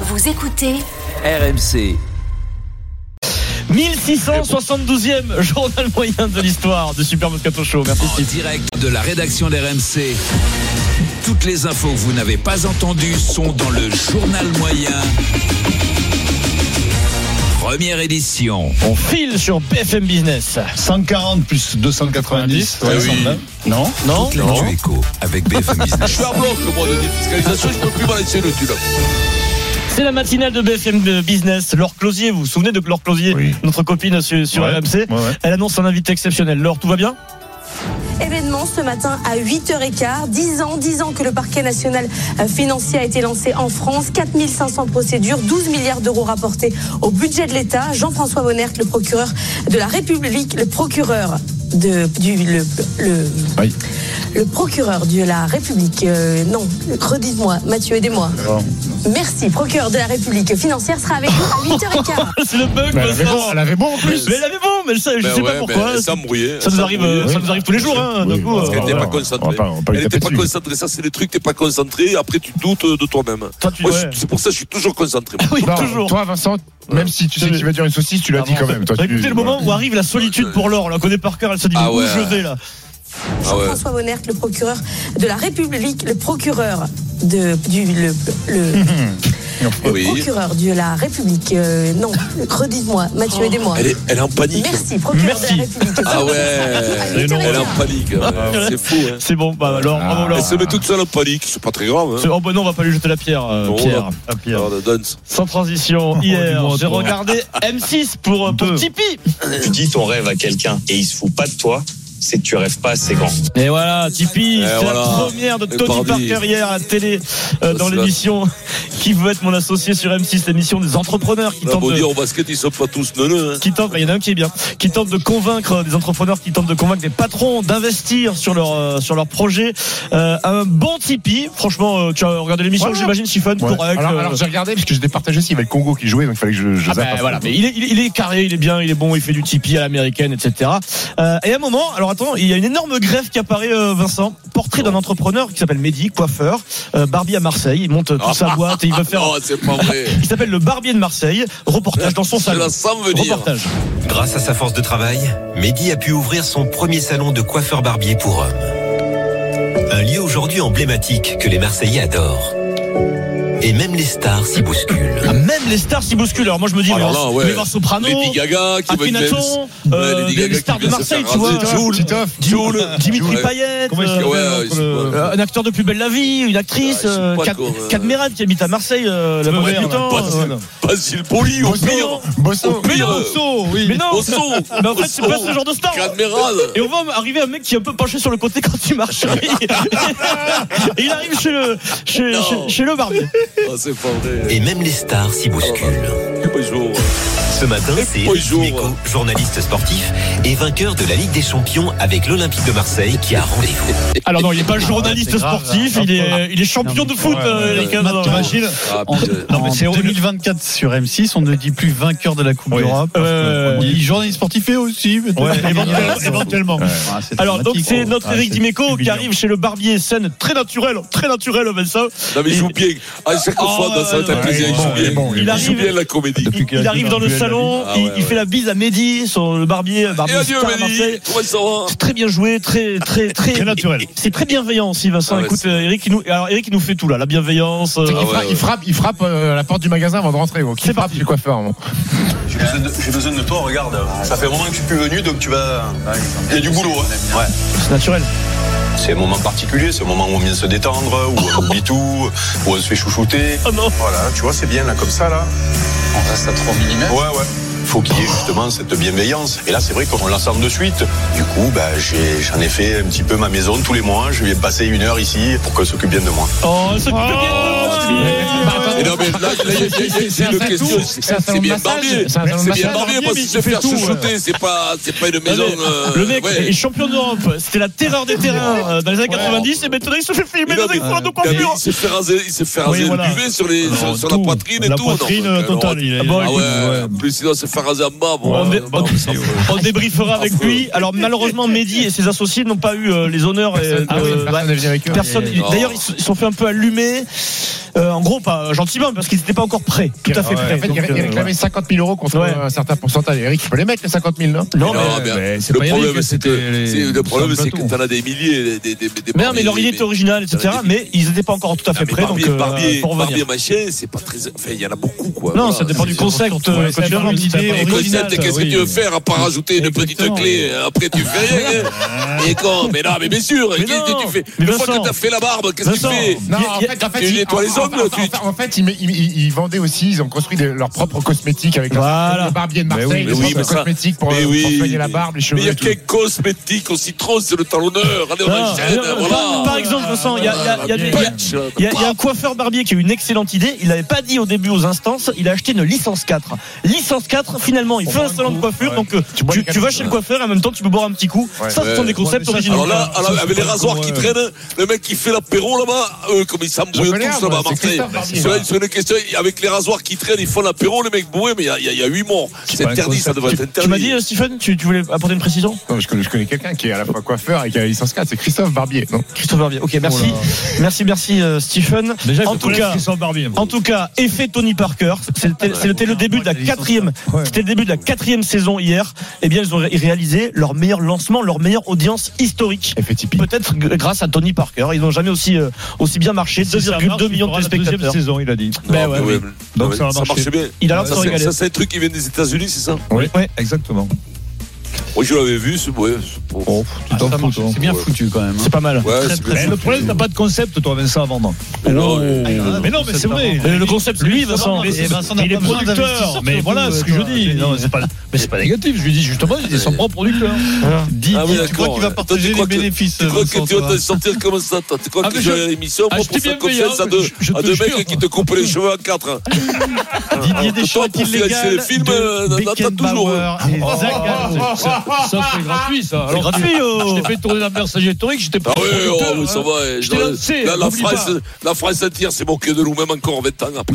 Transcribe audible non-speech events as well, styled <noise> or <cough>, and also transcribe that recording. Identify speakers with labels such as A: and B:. A: Vous écoutez
B: RMC.
C: 1672e journal moyen de l'histoire de Super Moscato Show.
D: Oh.
C: Merci
B: En
C: Steve.
B: direct de la rédaction d'RMC. Toutes les infos que vous n'avez pas entendues sont dans le journal moyen. Première édition.
C: On file sur BFM Business.
D: 140 plus 290,
C: Ah oui.
D: 229. Non
C: Non
B: Toute l'actu éco avec BFM Business.
E: Je suis à bloc, moi, de défiscalisation, je peux plus balancer le cul. là.
C: C'est la matinale de BFM euh, Business. Laure Closier, vous vous souvenez de Laure Closier,
D: Oui.
C: notre copine sur, sur
D: Ouais,
C: RMC
D: ouais, ouais.
C: Elle annonce un invité exceptionnel. Laure, tout va bien
F: Événement ce matin à 8h15. 10 ans, 10 ans que le parquet national euh, financier a été lancé en France. 4500 procédures, 12 milliards d'euros rapportés au budget de l'État. Jean-François Bonnert, le procureur de la République, le procureur de, du, le, le-
D: Oui.
F: le procureur de la République, euh, non, redites-moi, Mathieu, aidez-moi.
D: Bon.
F: Merci, procureur de la République financière sera avec nous à 8h15.
C: Ah, C'est le bug,
D: Mais Bah, elle
C: Vincent.
D: avait bon, elle avait bon en plus.
C: Mais elle avait bon, mais ça, je
E: Ben
C: sais
E: ouais,
C: pas pourquoi.
E: ben, ça mouillait.
C: Ça nous arrive,
E: mouillait.
C: euh, ça nous arrive tous les jours, hein, d'un
D: Oui,
C: coup,
D: parce
C: euh,
E: Elle n'était
D: voilà.
E: pas
D: On va
E: concentrée.
D: pas- on va pas lui
E: Elle n'était
D: taper
E: pas
D: dessus.
E: concentrée. Ça, c'est le truc, t'es pas concentré. Après, tu doutes euh, de toi-même.
C: Toi, tu-
E: Moi, je
C: ouais.
E: suis- C'est pour ça que je suis toujours concentré. moi.
C: Oui,
D: Non,
C: toujours.
D: Toi, Vincent, même si tu sais qu'il va dire une saucisse, tu l'as dit quand même. Toi,
C: Bah,
D: tu-
C: écoutez le moment où arrive la solitude pour Laure. On la connaît par cœur. Elle se dit
E: Ah
C: où
E: ouais.
C: je vais là
E: Ah ouais.
F: Jean-François Bonnert, le procureur de la République, le procureur de, du, le, le- le
E: Oui.
F: procureur de la République, euh, non, <laughs> redites-moi, Mathieu, aidez-moi.
E: Elle est, elle est en panique.
F: Merci, procureur
C: Merci.
F: de la République.
E: Ah ouais.
F: Elle est
E: Elle est en
F: énorme.
E: panique.
C: Ah
E: ouais. C'est fou. hein.
C: C'est bon, bah alors, bravo Laure.
E: Elle se met toute seule en panique. C'est pas très grave.
C: C'est-
E: hein.
C: Oh bah non, on va pas lui jeter la pierre, euh,
E: Bon,
C: Pierre.
E: là.
C: La pierre.
E: Alors, la danse.
C: Sans transition,
D: du
C: hier,
D: moins,
C: j'ai
D: toi.
C: regardé M6 pour, euh, pour
D: Deux.
C: Tipeee.
G: tu dis ton rêve à quelqu'un et il se fout pas de toi, c'est que tu rêves pas assez grand.
C: Et voilà, Tipeee,
E: Eh
C: c'est
E: voilà.
C: la première de
E: Et
C: Tony
E: parmi-
C: Parker hier à la télé, euh, dans
E: Ça, c'est
C: l'émission <laughs> Qui veut être mon associé sur M6, l'émission des entrepreneurs qui
E: Là,
C: tentent
E: bon,
C: de...
E: dire, au basket, ils sont pas tous neuneux. hein.
C: Qui tentent, bah, il y en a un qui est bien, qui tente de convaincre des entrepreneurs, qui tentent de convaincre des patrons d'investir sur leur euh, sur leur projet. Euh, un bon Tipeee, franchement, euh, tu as regardé l'émission,
D: Ouais.
C: j'imagine, Chiffon,
D: Ouais.
C: correct.
D: Alors,
C: euh,
D: alors, j'ai regardé parce que j'étais partagé s'il y avait le Congo qui jouait, donc il fallait que je, je
C: Ah bah,
D: zappe.
C: voilà, mais il est, il est- il est carré, il est bien, il est bon, il fait du Tipeee à l'américaine, etc. Euh, et à un moment, alors attends, il y a une énorme greffe qui apparaît, euh, Vincent. Portrait
E: Oh.
C: d'un entrepreneur qui s'appelle Mehdi, coiffeur, euh, barbier à Marseille. Il monte toute
E: <laughs>
C: sa boîte et il veut faire.
E: Ah Non, c'est pas vrai.
C: Il s'appelle le barbier de Marseille. Reportage dans son
E: Je
C: salon.
E: la sens venir.
C: Reportage.
H: <laughs> Grâce à sa force de travail, Mehdi a pu ouvrir son premier salon de coiffeur barbier pour hommes. Un lieu aujourd'hui emblématique que les Marseillais adorent. Et même les stars s'y bousculent.
C: Ah, même les stars s'y bousculent. Alors moi je me dis,
E: Oh
C: mais
E: là
C: on
E: là,
C: va-
E: ouais.
C: on va voir Soprano,
E: Lady Gaga qui veut
C: Akhenaton,
E: Ouais,
C: euh,
E: Lady
C: des-
E: Gaga
C: des
E: qui
C: stars de
E: vient se
C: Marseille,
E: faire
C: tu vois.
E: raser. Joule.
D: Titoff,
E: Joule.
C: euh, Dimitri
E: Ouais.
C: Payet,
D: Comment il
C: euh,
D: s'appelle
E: Ouais,
D: l'autre,
E: je-
D: le-
C: euh, un acteur de plus belle la vie, une actrice,
E: Ah, je sais
C: euh,
E: pas
C: Kat-
E: quoi, euh,
C: Kat Merad qui habite à Marseille, euh, la
D: Ouais,
C: plupart du
D: ouais,
C: temps.
E: Pas
C: euh,
E: si- pas si le poli, au pire.
D: Bosso.
E: Au pire.
C: Mais non
E: Au son.
C: Mais en fait, c'est
E: Au
C: pas
E: son.
C: ce genre de star
E: Cadmérade.
C: Et on va arriver à un mec qui est un peu penché sur le côté quand il marche.
E: <laughs>
C: Et il arrive chez le, chez,
E: Non.
C: chez- chez le barbier.
E: Ah, c'est Ah, pas vrai.
H: Et même les stars s'y bousculent.
E: Bonjour.
H: Ce matin, c'est Eric
E: bonjour.
H: Dimeco, journaliste sportif et vainqueur de la Ligue des Champions avec l'Olympique de Marseille qui a rendez-vous.
C: Alors non, il est pas journaliste
I: c'est grave,
C: sportif,
I: là.
C: il, est, il est champion de foot,
D: ouais,
C: euh,
E: ouais.
C: les gars. Non, non,
I: T'imagines
E: Ah,
I: en,
E: putain.
I: non, mais
C: en
I: c'est
C: 2000.
I: 2024 sur M6, on ne dit plus vainqueur de la Coupe
D: Oui.
I: d'Europe.
C: Euh,
I: on dit journaliste sportif et aussi. mais de
C: Ouais,
I: manière
C: éventuellement,
I: générale.
C: éventuellement.
I: Ouais. Ah, c'est
C: Alors donc
I: dramatique.
C: c'est
D: oh,
C: notre
I: Ah,
C: Eric
I: c'est
C: Dimeco qui
I: humiliant.
C: arrive chez le barbier, scène très naturelle, très naturelle Vincent.
E: Non, mais il joue bien. À chaque
C: Oh,
E: fois, dans sa
C: ouais,
E: tête,
D: ouais,
E: il
D: il est bon,
E: joue
D: il est
E: bien.
D: bon, il est
E: Il
C: bon.
E: joue bien la comédie.
C: Il,
I: qu'il a
C: il
I: joué
C: arrive dans
I: dans
C: le
I: le duel,
C: salon,
E: la vie.
C: il,
E: Ah ouais,
C: il fait
E: ouais.
C: la bise à Mehdi, son, le barbier,
E: Et
C: barbier
E: adieu,
C: star à Marseille.
E: Mehdi. Comment ça va
C: C'est très bien joué, très très très,
I: Très naturel.
C: C'est très bienveillant aussi Vincent.
E: Ah ouais,
C: Écoute
E: c'est-
C: euh, Eric, il nous alors Eric il nous fait tout là, la bienveillance. euh,
D: Il,
E: Ah ouais,
D: frappe,
E: ouais.
D: il frappe, il frappe euh, à la porte du magasin avant de rentrer. gros. Qui
C: C'est
D: frappe
C: parti.
D: du coiffeur bon.
J: J'ai besoin, de, j'ai besoin de toi, regarde. Ça fait un moment que je suis plus venu, donc tu vas. Il y a du boulot. hein. Ouais.
C: C'est naturel.
J: C'est un moment particulier, c'est un moment où on vient se détendre, où on <laughs> oublie tout, où on se fait chouchouter.
E: Ah
C: Oh non.
J: Voilà, tu vois, c'est bien là, comme ça, là. On reste à 3 mm. Ouais, ouais. Faut qu'il y ait justement cette bienveillance. Et là, c'est vrai qu'on la sent de suite. Du coup, bah, j'ai- j'en ai fait un petit peu ma maison tous les mois. Je vais passer une heure ici pour qu'on s'occupe bien de moi.
C: Oh, ce petit-
E: Et non, mais là, là, il y a- il y a- il y a- il y a une
D: C'est un
E: question.
D: salon-
E: C'est
D: c'est un salon
E: c'est
D: de
E: bien
D: massage.
E: barbier.
D: C'est un salon de
E: C'est bien
D: massage.
E: barbier parce
D: Mais
E: qu'il se
D: fait
E: faire
D: tout,
E: chuchoter. C'est pas c'est pas une
C: Non,
E: maison.
C: mais
E: euh,
C: le mec
E: ouais.
C: est champion d'Europe, c'était la terreur des terrains euh, dans les années 90 et maintenant il se fait filmer
E: Mais
C: dans
E: non,
C: des
E: mais-
C: salons de
E: Gabi,
C: coiffure.
E: Il se fait raser, il se fait raser le
C: voilà.
E: duvet sur, les, sur, sur la
I: tout.
E: poitrine et
I: La
E: tout.
I: poitrine,
E: Non,
I: totale,
E: alors,
I: il est-
E: Ah,
C: bon,
E: ouais,
C: écoute,
E: ouais. En plus sinon, il se fait raser en bas. Bon,
C: On, dé-
E: non,
C: on-
E: mais Ah, ça, ouais.
C: on débriefera avec lui. Alors malheureusement, Mehdi et ses associés n'ont pas eu euh, les honneurs. et, euh,
D: Personne
E: Ah,
D: personne
C: ouais,
D: n'est venu avec eux.
C: personne.
E: Non.
C: D'ailleurs, ils se ils se sont fait un peu allumer. euh, en gros, pas gentiment, parce qu'ils n'étaient pas encore prêts, tout à fait
D: Ouais,
C: prêts.
D: en fait,
C: Donc,
D: il, il
C: euh,
D: réclamait 50 000 euros contre
C: Ouais.
D: un certain pourcentage. Eric, tu peux les mettre, les 50 000, non
C: Non,
E: Non, mais
D: c'est
E: le
D: pas Eric,
E: problème, c'est
D: c'était
E: que,
D: les-
E: c'est- le
D: c'est
E: problème,
D: un
E: c'est que
D: peloton.
E: t'en as des milliers, des, des,
C: mais
E: des, des
C: non, mais
E: Barbier,
C: leur idée était originale, etc.
E: Ça,
C: Mais ils n'étaient pas encore tout à
E: Ah,
C: fait
E: mais
C: prêts, donc
E: Barbier,
C: euh,
E: Barbier,
C: pour revenir.
E: Barbier, machin, c'est pas très. Enfin, il y en a beaucoup, quoi.
C: Non,
E: Voilà,
C: ça dépend
E: c'est-
C: du concept.
I: Ouais,
C: euh, Quand
I: c'est
C: tu as
I: vraiment
C: une
I: l'idée
C: idée
E: Et
C: originale.
E: concept, qu'est-ce que
I: oui.
E: tu veux faire à part rajouter une petite
I: Exactement.
E: clé euh, Après, tu fais rien. hein. Et quand Mais non, mais bien sûr.
C: Mais
E: qu'est-ce que
C: non.
E: tu fais
C: Mais
E: Une fois
C: Vincent.
E: que t'as fait la barbe, qu'est-ce que tu
C: Vincent.
E: fais
D: Non,
C: Il y a-
D: en
C: il y a-
D: fait, en fait,
E: tu
D: ils-
E: nettoies les
D: en- en-
E: ongles,
D: en-
E: tu-
D: en- En fait, ils, ils- ils vendaient aussi, ils ont construit des- leurs propres cosmétiques avec
C: Voilà.
D: le barbier de
C: Mais
D: Marseille,
C: oui,
E: mais
D: les
E: oui,
D: propres
E: mais ça-
D: cosmétiques pour,
E: mais
D: euh,
E: oui,
D: pour soigner la
E: mais-
D: barbe, les
E: Mais
D: cheveux.
E: il y a
D: et tout.
E: quel cosmétique on s'y trompe, c'est le talonneur. Allez, on
C: Non,
E: enchaîne,
C: non, non,
E: voilà.
C: par- Par exemple, Vincent, il y a- il y a- il y a des- il y a-
E: Punch.
C: Il y, a, il y a un coiffeur barbier qui a eu une excellente idée. Il n'avait pas dit au début aux instances. Il a acheté une licence 4. Licence 4, finalement, il fait un salon de coiffure. Donc, euh, tu,
D: bois
C: tu
D: les quatre
C: vas chez le coiffeur et en même temps, tu peux boire un petit coup. ça, ce
E: Ouais.
C: sont des concepts originaux.
E: Alors là, alors, avec les rasoirs qui
I: euh,
E: traînent, le mec qui fait l'apéro là-bas, eux, comme ils s'embrouillent
D: Je connais un,
E: tous là-bas à
D: moi, c'est
E: Marseille.
D: Christophe Barbier.
E: Sur une, sur une question, avec les rasoirs qui traînent, ils font l'apéro, le mec bourré, mais il y a- il y, a- il y a 8 morts. C'est
D: pas un
E: interdit, ça
D: concept.
E: devrait être
C: tu
E: interdit.
C: tu m'as dit, euh, Stephen, tu, tu voulais apporter une précision
D: Non, je connais, je connais quelqu'un qui est à la fois coiffeur et qui a la licence 4, c'est Christophe Barbier. Non
C: Christophe Barbier. Ok, merci. merci, merci, euh, Stephen.
I: Oh Déjà,
C: en tout cas, En tout cas, effet Tony Parker, c'était c'était le début de la quatrième, c'était le début de la quatrième saison hier. Eh bien, ils ont ré- réalisé leur meilleur lancement, leur meilleure audience historique.
D: Effet typique.
C: Peut-être g- grâce à Tony Parker, ils n'ont jamais aussi euh, aussi bien marché. 2,2 millions de téléspectateurs.
I: saison, il a dit.
E: Non,
C: Ben ouais,
E: mais
C: oui.
E: ouais,
I: Donc
E: mais
I: ça va marcher.
E: marchait bien.
C: Il a l'air de
E: Ah, Ça,
C: se
E: c'est-
C: régaler.
E: ça, c'est un truc qui vient des États-Unis, c'est ça
I: Oui, exactement. Oh.
E: Moi, je l'avais vu, c'est ouais, c'est bon.
I: C'est bien foutu quand même. hein.
C: C'est pas mal.
E: Ouais, c'est bien.
I: le problème, t'as pas de concept, toi, Vincent, avant
E: Mais non,
I: Oh,
E: mais-
I: Mais non, mais c'est vrai.
C: Mais le concept, lui, Vincent,
I: Mais c'est-
C: Vincent n'a
I: il est
C: pas besoin
I: producteur,
C: d'investisseurs,
I: mais
C: surtout,
I: voilà
C: euh,
I: ce que je
C: toi.
I: dis. Non, mais c'est pas, mais c'est pas négatif. Je lui dis justement, il est son propre producteur. Dis,
E: Ah oui,
I: dis, tu
E: d'accord,
I: crois qu'il va
E: ouais.
I: partager
E: Toi, tu
I: les
E: crois que-
I: bénéfices
E: Tu crois
I: Vincent,
E: que tu vas
I: toi
E: t'en sortir comme ça toi Tu crois
I: Ah,
E: que
I: mais
E: j'ai
I: je-
E: une émission
I: Ah,
E: pour
I: je t'ai
E: faire
I: bien payé,
E: confiance à
I: hein,
E: deux,
I: je- je
E: à
I: te
E: deux
I: jure.
E: mecs qui te coupent les cheveux en quatre hein.
I: Didier Deschamps
E: Autant
I: est
E: pour financer
I: illégal.
E: le film,
I: de
E: euh, t'en as toujours. hein.
I: Beckenbauer et Zaga. Ça, c'est gratuit, ça.
C: C'est
I: Alors,
C: gratuit.
I: je
C: oh.
I: t'ai fait tourner la bersaglière historique, j'étais pas.
E: Ah oui, oh,
I: producteur,
E: oui,
I: hein.
E: ça va. eh,
I: Je t'ai
E: genre,
I: lancé,
E: la, la
I: n'oublie
E: France,
I: pas.
E: la France entière s'est moquée de nous, même encore 20 ans après.